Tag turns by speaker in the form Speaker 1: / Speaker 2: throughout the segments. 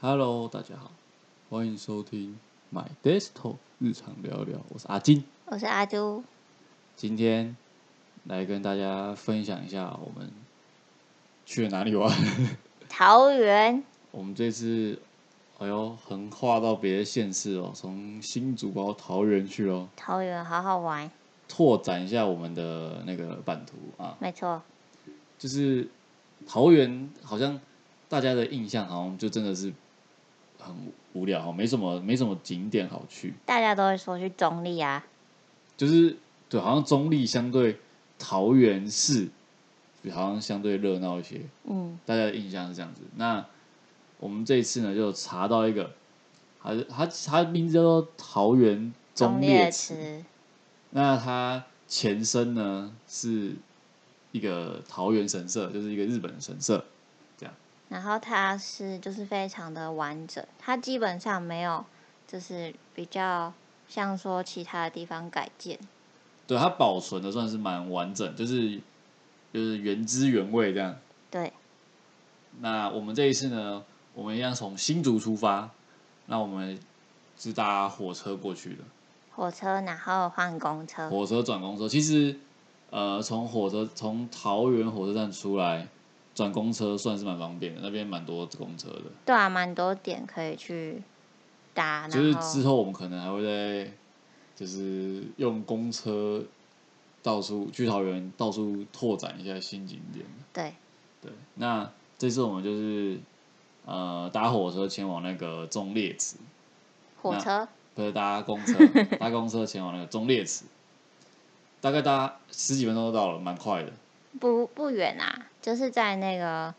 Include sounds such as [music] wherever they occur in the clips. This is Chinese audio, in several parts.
Speaker 1: Hello，大家好，欢迎收听 My Desktop 日常聊聊，我是阿金，
Speaker 2: 我是阿朱，
Speaker 1: 今天来跟大家分享一下我们去了哪里玩。 [laughs]
Speaker 2: 桃园
Speaker 1: 我们这次，哎呦，横跨到别的县市哦，从新竹跑到桃园去哦，
Speaker 2: 桃园好好玩，
Speaker 1: 拓展一下我们的那个版图啊。
Speaker 2: 没错，
Speaker 1: 就是桃园好像大家的印象好像就真的是很无聊哦，没什么没什么景点好去。
Speaker 2: 大家都会说去中立啊，
Speaker 1: 就是对，好像中立相对桃园市，好像相对热闹一些，
Speaker 2: 嗯，
Speaker 1: 大家的印象是这样子。那我们这一次呢，就查到一个，它它它名字叫做桃园
Speaker 2: 中
Speaker 1: 中列祠。
Speaker 2: 池，
Speaker 1: 那它前身呢是一个桃园神社，就是一个日本的神社。
Speaker 2: 然后它是就是非常的完整，它基本上没有就是比较像说其他的地方改建，
Speaker 1: 对它保存的算是蛮完整，就是就是原汁原味这样。
Speaker 2: 对，
Speaker 1: 那我们这一次呢，我们一样从新竹出发，那我们是搭火车过去的，
Speaker 2: 火车然后换公车，
Speaker 1: 火车转公车。其实，呃，从火车从桃园火车站出来，转公车算是蛮方便的，那边蛮多公车的。
Speaker 2: 对啊，蛮多点可以去搭，然
Speaker 1: 就是
Speaker 2: 后
Speaker 1: 之后我们可能还会在，就是用公车到处去桃园到处拓展一下新景点。
Speaker 2: 对
Speaker 1: 对，那这次我们就是呃搭火车前往那个中列祠。
Speaker 2: 火车
Speaker 1: 不是搭公
Speaker 2: [laughs]
Speaker 1: 车，搭公车前往那个中列池，大概搭十几分钟就到了，蛮快的。
Speaker 2: 不不远啊，就是在那个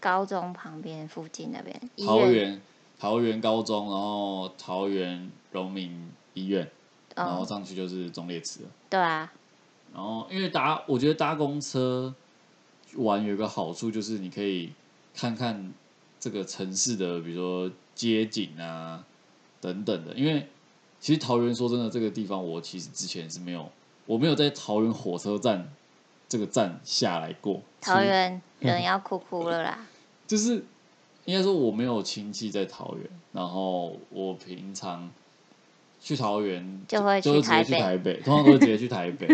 Speaker 2: 高中旁边附近那边，医
Speaker 1: 桃
Speaker 2: 院，
Speaker 1: 园桃园高中，然后桃园荣民医院，然后
Speaker 2: 嗯，
Speaker 1: 上去就是中列池了。
Speaker 2: 对啊。
Speaker 1: 然后因为搭，我觉得搭公车玩有一个好处就是你可以看看这个城市的，比如说街景啊等等的。因为其实桃园说真的，这个地方我其实之前是没有，我没有在桃园火车站这个站下来过。
Speaker 2: 桃
Speaker 1: 除
Speaker 2: 园人要哭哭了啦。
Speaker 1: 嗯就是应该说我没有亲戚在桃园，然后我平常去桃园
Speaker 2: 就会
Speaker 1: 就
Speaker 2: 去
Speaker 1: 直接去
Speaker 2: 台北
Speaker 1: 台北，通常都会直接去台
Speaker 2: [laughs]
Speaker 1: 北。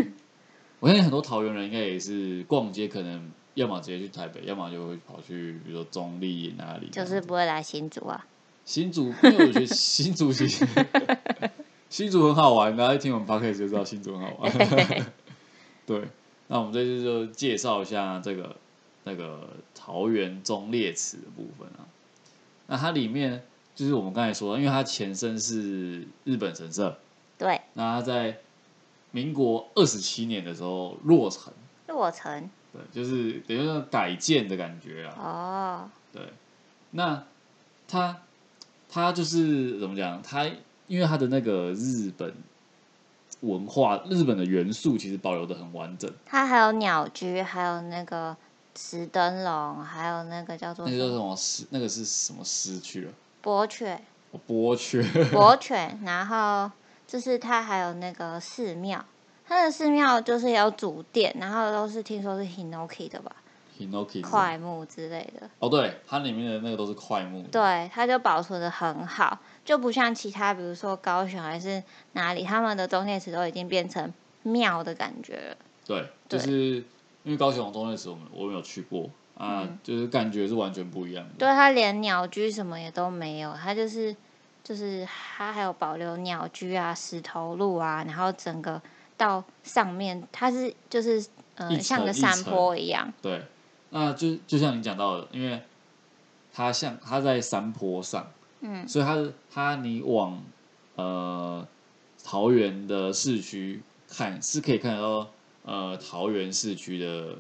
Speaker 1: 我相信很多桃园人应该也是逛街，可能要么直接去台北，要么就会跑去比如说中立哪里啊这
Speaker 2: 就
Speaker 1: 样子，
Speaker 2: 是不会来新竹啊，
Speaker 1: 新竹，因为我觉得新竹其实新竹很好玩，大家一听我们 podcast 就知道新竹很好玩。对，那我们这次就介绍一下这个那个桃园中列祠的部分啊。那它里面就是我们刚才说的，因为它前身是日本神社，
Speaker 2: 对，
Speaker 1: 那它在民国二十七年的时候落成，
Speaker 2: 落成
Speaker 1: 对，就是等于说改建的感觉啊。
Speaker 2: 哦，
Speaker 1: 对，那他他就是怎么讲？他因为他的那个日本文化、日本的元素，其实保留的很完整。
Speaker 2: 它还有鸟居，还有那个石灯笼，还有那个叫做
Speaker 1: 那
Speaker 2: 什
Speaker 1: 个叫
Speaker 2: 么
Speaker 1: 什么诗？那个是什么诗去了？
Speaker 2: 博犬， [laughs]
Speaker 1: 哦波雀
Speaker 2: 博犬，然后就是它还有那个寺庙，它的寺庙就是有主殿，然后都是听说是 Hinoki 的吧，
Speaker 1: Hinoki 是
Speaker 2: 快木之类的，
Speaker 1: 哦，对，它里面的那个都是快木。，
Speaker 2: 对，它就保存的很好，就不像其他，比如说高雄还是哪里，他们的中介池都已经变成庙的感觉了。
Speaker 1: 对，就是因为高雄中那时候我们我没有去过啊，
Speaker 2: 嗯
Speaker 1: 就是感觉是完全不一样的。
Speaker 2: 对，它连鸟居什么也都没有，它就是就是它还有保留鸟居啊、石头路啊，然后整个到上面，它是就是
Speaker 1: 一
Speaker 2: 呃像
Speaker 1: 层
Speaker 2: 个
Speaker 1: 一
Speaker 2: 山
Speaker 1: 层
Speaker 2: 坡一样，
Speaker 1: 对，那就就像你讲到的，因为它像它在山坡上。
Speaker 2: 嗯，
Speaker 1: 所以它是它你往呃桃园的市区看是可以看得到呃桃园市区的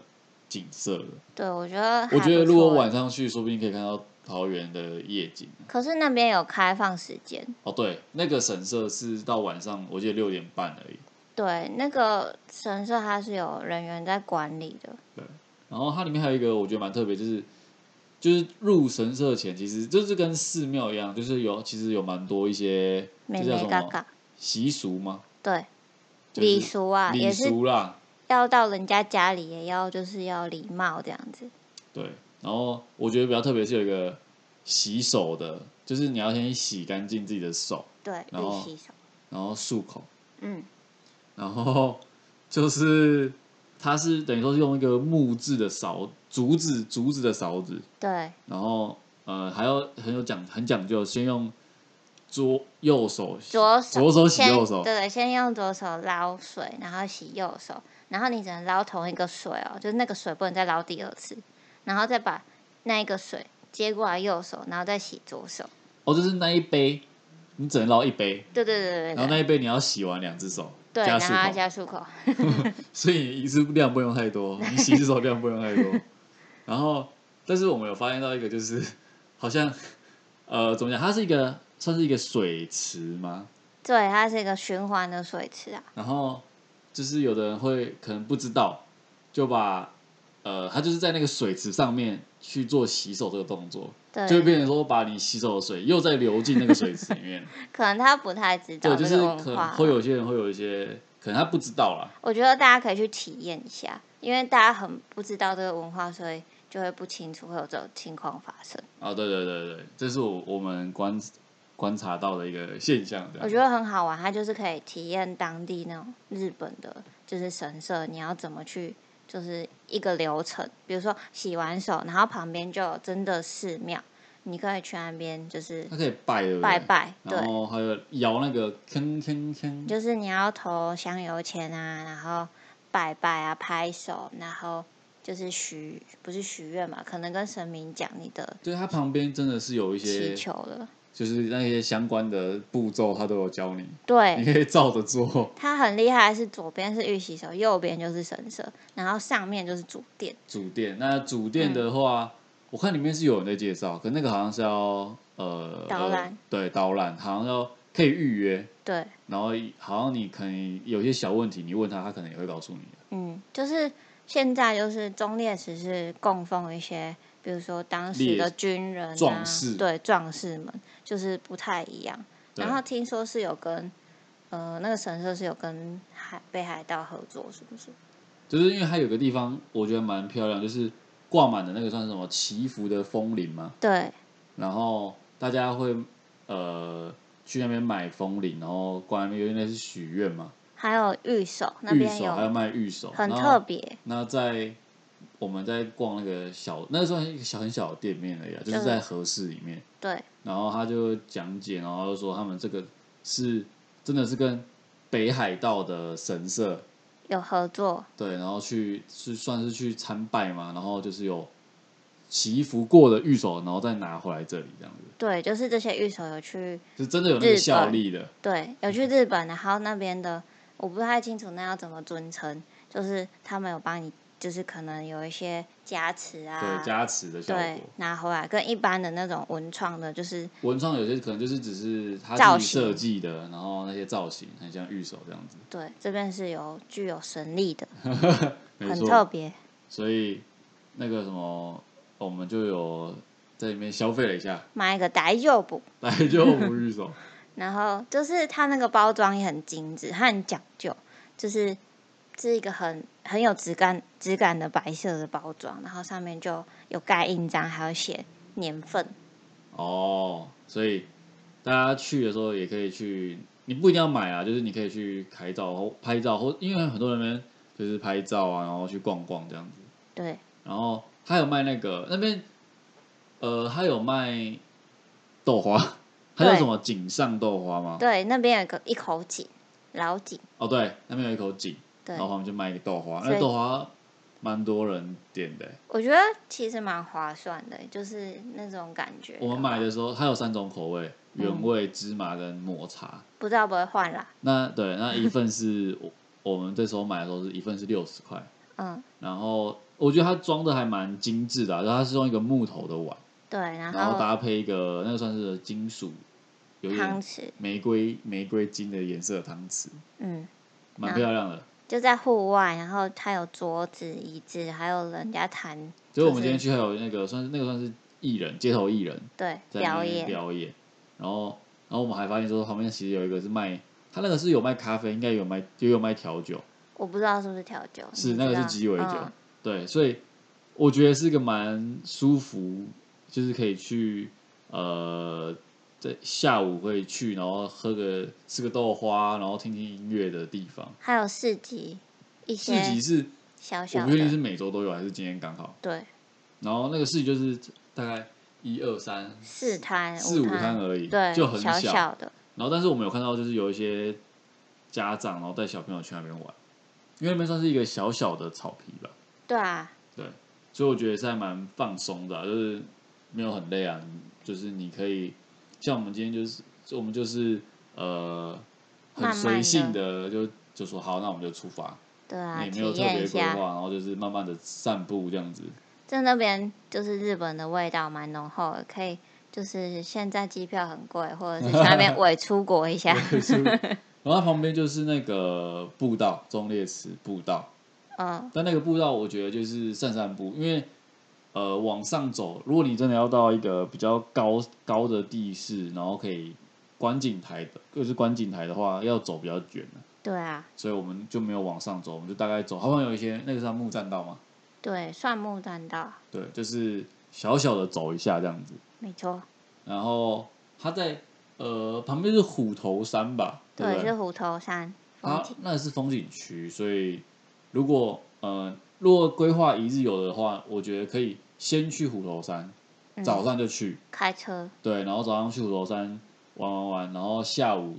Speaker 1: 景色的。
Speaker 2: 对我觉得
Speaker 1: 我
Speaker 2: 还
Speaker 1: 觉得
Speaker 2: 不
Speaker 1: 如果
Speaker 2: 错欸
Speaker 1: 晚上去，说不定可以看到桃园的夜景。
Speaker 2: 可是那边有开放时间，
Speaker 1: 哦，对，那个神社是到晚上，我记得六点半而已。
Speaker 2: 对，那个神社它是有人员在管理的，
Speaker 1: 然后它里面还有一个我觉得蛮特别，就是就是入神社前，其实就是跟寺庙一样，就是有其实有蛮多一些
Speaker 2: 美
Speaker 1: 这叫
Speaker 2: 美
Speaker 1: 什
Speaker 2: 嘎
Speaker 1: 么
Speaker 2: 嘎，
Speaker 1: 习俗吗？
Speaker 2: 对，
Speaker 1: 就是
Speaker 2: 礼俗啊，
Speaker 1: 礼
Speaker 2: 也是
Speaker 1: 俗啦，
Speaker 2: 要到人家家里也要就是要礼貌这样子，
Speaker 1: 对，然后我觉得比较特别是有一个洗手的，就是你要先洗干净自己的手，
Speaker 2: 对，
Speaker 1: 然后
Speaker 2: 必洗手，
Speaker 1: 然后漱口，
Speaker 2: 嗯，
Speaker 1: 然后就是它是等于说是用一个木质的勺，竹子竹子的勺子，
Speaker 2: 对，
Speaker 1: 然后呃还要很有讲很讲究，先用左右手洗
Speaker 2: 左手
Speaker 1: 左手洗
Speaker 2: 先
Speaker 1: 右手，
Speaker 2: 对，先用左手捞水，然后洗右手，然后你只能捞同一个水哦，就是那个水不能再捞第二次，然后再把那一个水接过来右手，然后再洗左手。
Speaker 1: 哦就是那一杯你只能捞一杯，
Speaker 2: 对对对对
Speaker 1: 然后
Speaker 2: 对
Speaker 1: 那一杯你要洗完两只手，
Speaker 2: 对，
Speaker 1: 加
Speaker 2: 然后
Speaker 1: 漱
Speaker 2: 要
Speaker 1: 口。
Speaker 2: 加漱口，
Speaker 1: 所以你一次量不用太多，你洗一次手量不用太多。然后，但是我们有发现到一个，就是好像呃，怎么讲，它是一个算是一个水池嘛。
Speaker 2: 对，它是一个循环的水池啊，
Speaker 1: 然后就是有的人会可能不知道，就把呃，他就是在那个水池上面去做洗手这个动作，就会
Speaker 2: 对，
Speaker 1: 变成说把你洗手的水又再流进那个水池里
Speaker 2: [laughs]
Speaker 1: 面。
Speaker 2: 可能他不太知道
Speaker 1: 对，就
Speaker 2: 这
Speaker 1: 是
Speaker 2: 个
Speaker 1: 可
Speaker 2: 文
Speaker 1: 能
Speaker 2: 化，
Speaker 1: 会有些人会有一些，可能他不知道啦。
Speaker 2: 我觉得大家可以去体验一下，因为大家很不知道这个文化，所以就会不清楚会有这种情况发生。
Speaker 1: 啊，对对对对，这是我我们观观察到的一个现象，这
Speaker 2: 我
Speaker 1: 样。
Speaker 2: 觉得很好玩，它就是可以体验当地那种日本的，就是神社，你要怎么去，就是一个流程。比如说洗完手，然后旁边就有真的寺庙，你可以去那边就是
Speaker 1: 它可以拜，对不对？
Speaker 2: 拜拜，对
Speaker 1: 然，后还有摇那个铿铿铿，
Speaker 2: 就是你要投香油钱啊，然后拜拜啊，拍手，然后就是许不是许愿嘛，可能跟神明讲你的
Speaker 1: 对，它旁边真的是有一
Speaker 2: 祈
Speaker 1: 些，
Speaker 2: 求了，
Speaker 1: 就是那些相关的步骤，它都有教你，你
Speaker 2: 对。
Speaker 1: 可以照着做。
Speaker 2: 它很厉害，是左边是玉洗手，右边就是神社，然后上面就是主殿。
Speaker 1: 主殿，那主殿
Speaker 2: 嗯
Speaker 1: 的话，我看里面是有人在介绍，可那个好像是要呃
Speaker 2: 导览
Speaker 1: 呃对，导览好像要可以预约，
Speaker 2: 对，
Speaker 1: 然后好像你可以有些小问题，你问他，他可能也会告诉你的。
Speaker 2: 嗯，就是现在就是忠烈祠是供奉一些，比如说当时
Speaker 1: 烈
Speaker 2: 的军人、啊、
Speaker 1: 壮士
Speaker 2: 对壮士们，就是不太一样。
Speaker 1: 对
Speaker 2: 然后听说是有跟呃那个神社是有跟海北海道合作，是不是？
Speaker 1: 就是因为它有个地方我觉得蛮漂亮，就是挂满的那个算是什么祈福的风铃嘛，
Speaker 2: 对
Speaker 1: 然后大家会呃去那边买风铃，然后挂那边因为那是许愿嘛，
Speaker 2: 还有御守那
Speaker 1: 玉
Speaker 2: 边
Speaker 1: 手还有
Speaker 2: 有
Speaker 1: 卖玉手，
Speaker 2: 很
Speaker 1: 然
Speaker 2: 特
Speaker 1: 后
Speaker 2: 别，
Speaker 1: 那在我们在逛那个小，那算是一个小很小的店面而已、啊，就是
Speaker 2: 嗯
Speaker 1: 在和室里面，
Speaker 2: 对
Speaker 1: 然后他就讲解，然后就说他们这个是真的是跟北海道的神社
Speaker 2: 有合作，
Speaker 1: 对，然后去是算是去参拜嘛，然后就是有祈福过的玉手，然后再拿回来这里这样子，
Speaker 2: 对，就是这些御守有去
Speaker 1: 是真的有那个
Speaker 2: 日
Speaker 1: 效
Speaker 2: 本
Speaker 1: 力的。
Speaker 2: 对，有
Speaker 1: 嗯
Speaker 2: 去日本，然后那边的我不太清楚那要怎么尊称，就是他们有帮你，就是可能有一些加持啊
Speaker 1: 对，加持的效
Speaker 2: 对
Speaker 1: 果，，
Speaker 2: 拿回来跟一般的那种文创的，就是
Speaker 1: 文创有些可能就是只是他
Speaker 2: 造
Speaker 1: 自己
Speaker 2: 型
Speaker 1: 设计的，然后那些造型很像玉手这样子，
Speaker 2: 对这边是有具有神力的，
Speaker 1: 没
Speaker 2: 很特
Speaker 1: 错。
Speaker 2: 别。
Speaker 1: 所以那个什么，我们就有在里面消费了一下，
Speaker 2: 买一个白肉补，
Speaker 1: 来就无玉手，
Speaker 2: 然后就是它那个包装也很精致，它很讲究，就是是一个很很有质感质感的白色的包装，然后上面就有盖印章，还有写年份。
Speaker 1: 哦，所以大家去的时候也可以去，你不一定要买啊，就是你可以去拍照或拍照，或因为很多人就是拍照啊，然后去逛逛这样子。
Speaker 2: 对，
Speaker 1: 然后还有卖那个那边，呃，还有卖豆花，还有
Speaker 2: 对
Speaker 1: 什么井上豆花吗？
Speaker 2: 对，那边有一个一口井，老井，
Speaker 1: 哦，对，那边有一口井，
Speaker 2: 对
Speaker 1: 然后，旁边就卖一个豆花，
Speaker 2: 所以
Speaker 1: 那豆花蛮多人点的欸、
Speaker 2: 我觉得其实蛮划算的，就是那种感觉。
Speaker 1: 我们买的时候它有三种口味，
Speaker 2: 嗯
Speaker 1: 原味、芝麻跟抹茶。
Speaker 2: 不知道会不会换啦，
Speaker 1: 那对，那一份是我 [laughs] 我们这时候买的时候是一份是六十块，
Speaker 2: 嗯，
Speaker 1: 然后我觉得它装的还蛮精致的、啊，然后它是用一个木头的碗，
Speaker 2: 对，然
Speaker 1: 然后
Speaker 2: 后
Speaker 1: 搭配一个那个算是金属，有
Speaker 2: 汤
Speaker 1: 点
Speaker 2: 匙，
Speaker 1: 玫瑰玫瑰金的颜色的汤匙，
Speaker 2: 嗯，
Speaker 1: 蛮
Speaker 2: 那
Speaker 1: 漂亮的。
Speaker 2: 就在户外，然后它有桌子、椅子，还有人家弹，
Speaker 1: 所以我们
Speaker 2: 就
Speaker 1: 今天
Speaker 2: 是
Speaker 1: 去还有那个算是那个算是艺人街头艺人
Speaker 2: 对，
Speaker 1: 在那
Speaker 2: 表
Speaker 1: 边
Speaker 2: 演，
Speaker 1: 表演，然后然后我们还发现说旁边其实有一个是卖。他那个是有卖咖啡，应该有卖，也有卖调酒，
Speaker 2: 我不知道是不是调酒，
Speaker 1: 是
Speaker 2: 你
Speaker 1: 那
Speaker 2: 知
Speaker 1: 个是
Speaker 2: 道
Speaker 1: 鸡尾酒，
Speaker 2: 嗯
Speaker 1: 对，所以我觉得是一个蛮舒服，就是可以去呃，在下午会去，然后喝个吃个豆花，然后听听音乐的地方。
Speaker 2: 还有市集，一
Speaker 1: 市
Speaker 2: 些
Speaker 1: 集是
Speaker 2: 小
Speaker 1: 我
Speaker 2: 小
Speaker 1: 不确定是
Speaker 2: 的，
Speaker 1: 每周都有还是今天刚好。
Speaker 2: 对，
Speaker 1: 然后那个市集就是大概一二三
Speaker 2: 四摊、
Speaker 1: 四五摊
Speaker 2: 摊，
Speaker 1: 而已，
Speaker 2: 对，
Speaker 1: 就很
Speaker 2: 小小的，
Speaker 1: 然后但是我们有看到，就是有一些家长然后带小朋友去那边玩，因为那边算是一个小小的草皮吧，
Speaker 2: 对啊，
Speaker 1: 所以我觉得是还蛮放松的啊、就是没有很累啊，就是你可以像我们今天就是我们就是呃很
Speaker 2: 慢慢
Speaker 1: 随
Speaker 2: 地
Speaker 1: 性的就就说好，那我们就出发，
Speaker 2: 对啊，
Speaker 1: 也
Speaker 2: 体
Speaker 1: 没有特
Speaker 2: 验
Speaker 1: 别
Speaker 2: 一
Speaker 1: 规
Speaker 2: 下。
Speaker 1: 划，然后就是慢慢的散步这样子， [laughs]
Speaker 2: 在那边就是日本的味道蛮浓厚的，可以就是现在机票很贵，或者是去
Speaker 1: [laughs]
Speaker 2: 那边伪出国一下。
Speaker 1: 然后它旁边就是那个步道中烈池步道，
Speaker 2: 嗯，
Speaker 1: 但那个步道我觉得就是散散步，因为呃往上走，如果你真的要到一个比较高高的地势，然后可以观景台的，就是观景台的话，要走比较远了
Speaker 2: 对啊，
Speaker 1: 所以我们就没有往上走，我们就大概走，好像有一些那个叫木栈道嘛，
Speaker 2: 对，算木栈道，
Speaker 1: 对，就是小小的走一下这样子。
Speaker 2: 没错，
Speaker 1: 然后它在呃旁边是虎头山吧，对不
Speaker 2: 对，
Speaker 1: 对
Speaker 2: 是？虎头山风
Speaker 1: 啊
Speaker 2: 景，，
Speaker 1: 那是风景区，所以如果呃，如果规划一日游的话，我觉得可以先去虎头山，
Speaker 2: 嗯
Speaker 1: 早上就去，
Speaker 2: 开车
Speaker 1: 对，然后早上去虎头山玩玩玩，然后下午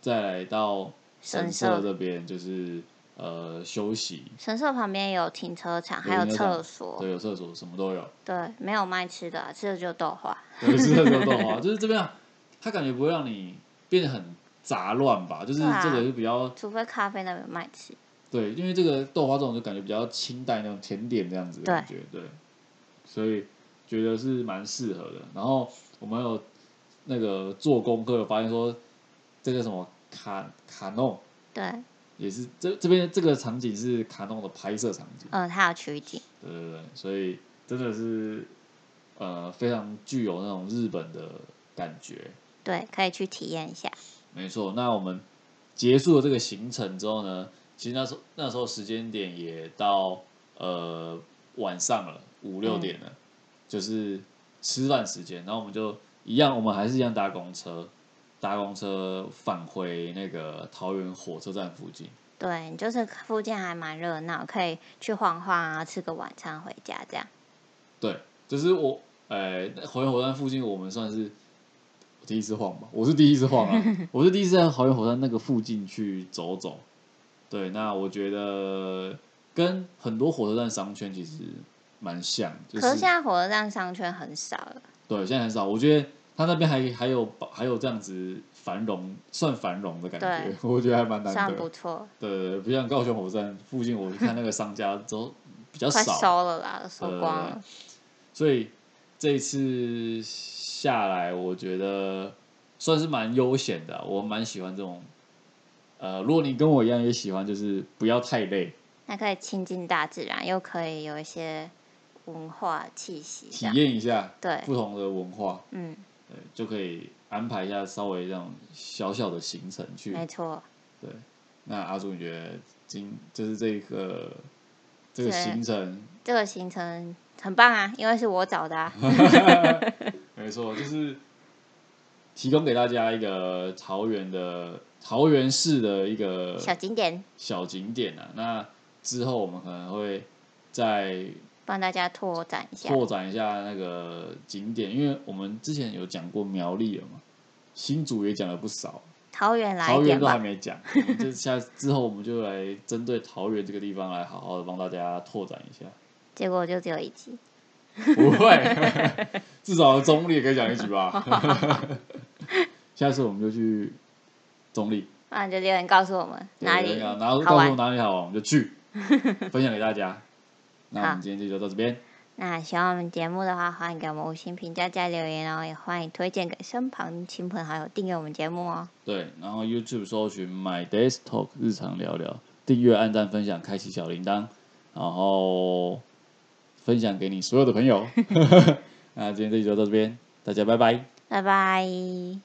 Speaker 1: 再来到神
Speaker 2: 神
Speaker 1: 社
Speaker 2: 社
Speaker 1: 这边，就是呃休息，
Speaker 2: 神社旁边有停车场，
Speaker 1: 有
Speaker 2: 还有
Speaker 1: 停车场
Speaker 2: 厕所，
Speaker 1: 对，有厕所，什么都有，
Speaker 2: 对，没有卖吃的啊，吃的就豆花，
Speaker 1: 对，是厕所豆
Speaker 2: [laughs]
Speaker 1: 花，就是这边啊，它感觉不会让你变得很杂乱吧，就是
Speaker 2: 对啊
Speaker 1: 这个就比较
Speaker 2: 除非咖啡那边有卖吃。
Speaker 1: 对，因为这个豆花这种就感觉比较清淡那种甜点这样子的
Speaker 2: 对
Speaker 1: 感觉，对，所以觉得是蛮适合的。然后我们有那个做功课，发现说这个什么卡卡弄
Speaker 2: 对，
Speaker 1: 也是这这边这个场景是卡弄的拍摄场景，
Speaker 2: 嗯，它有取景，
Speaker 1: 对对对，所以真的是呃非常具有那种日本的感觉，
Speaker 2: 对，可以去体验一下。
Speaker 1: 没错，那我们结束了这个行程之后呢，其实那时候那时候时间点也到呃晚上了，五六点了，就是吃饭时间。然后我们就一样，我们还是一样搭公车，搭公车返回那个桃园火车站附近。
Speaker 2: 对，就是附近还蛮热闹，可以去晃晃啊，吃个晚餐回家这样。
Speaker 1: 对，就是我，呃，桃园火车站附近，我们算是第一次晃吧，我是第一次晃
Speaker 2: [laughs]
Speaker 1: 啊，我是第一次在桃园火车站那个附近去走走。对，那我觉得跟很多火车站商圈其实蛮像，就是
Speaker 2: 可是现在火车站商圈很少了，
Speaker 1: 对，现在很少。我觉得他那边还还有还有这样子繁荣，算繁荣的感觉，我觉得还蛮难
Speaker 2: 算
Speaker 1: 得
Speaker 2: 不。错，
Speaker 1: 对，不像高雄火车站附近，我看那个商家都比较
Speaker 2: 快
Speaker 1: 少，
Speaker 2: 收了啦，都收
Speaker 1: 对对
Speaker 2: 光啊
Speaker 1: 对
Speaker 2: 了。
Speaker 1: 所以这一次下来，我觉得算是蛮悠闲的啊、我蛮喜欢这种。呃，如果你跟我一样也喜欢，就是不要太累，
Speaker 2: 那可以亲近大自然，又可以有一些文化气息这
Speaker 1: 体
Speaker 2: 样。
Speaker 1: 验一下
Speaker 2: 对，
Speaker 1: 不同的文化，
Speaker 2: 嗯，
Speaker 1: 对，就可以安排一下稍微这种小小的行程去。
Speaker 2: 没错，
Speaker 1: 对，那阿朱，你觉得今就是这个这个
Speaker 2: 这
Speaker 1: 行程
Speaker 2: 这个行程很棒啊，因为是我找的
Speaker 1: [laughs]
Speaker 2: 啊。
Speaker 1: 没错，就是提供给大家一个桃园的桃园市的一个
Speaker 2: 小景点
Speaker 1: 小景点啊。那之后我们可能会再
Speaker 2: 帮大家拓展一下。
Speaker 1: 拓展一下那个景点，因为我们之前有讲过苗栗了嘛，新竹也讲了不少，
Speaker 2: 桃园来
Speaker 1: 桃园
Speaker 2: 一点
Speaker 1: 都还
Speaker 2: 吧，
Speaker 1: 没
Speaker 2: [laughs]
Speaker 1: 讲，我们就下之后我们就来针对桃园这个地方来好好的帮大家拓展
Speaker 2: [laughs]
Speaker 1: 一下。
Speaker 2: 结果就只有一集。
Speaker 1: 不会，至少中立也可以讲一局吧。
Speaker 2: [laughs]
Speaker 1: 下次我们就去中立，
Speaker 2: 那啊你就留言告诉我们
Speaker 1: 对啊
Speaker 2: 哪里
Speaker 1: 然后
Speaker 2: 好
Speaker 1: 告诉我
Speaker 2: 玩。
Speaker 1: 哪里好玩，我们就
Speaker 2: [laughs]
Speaker 1: 去分享给大家。那我
Speaker 2: 好
Speaker 1: 们今天就到这边，
Speaker 2: 那喜欢我们节目的话，欢迎给我们五星评价加留言哦，也欢迎推荐给身旁亲朋好友订阅我们节目哦。
Speaker 1: 对，然后 YouTube 搜寻 My Desk Talk 日常聊聊，订阅、按赞、分享、开启小铃铛，然后分享给 [laughs] 你所有的朋友。那今天这集就到这边，大家拜拜。
Speaker 2: 拜拜。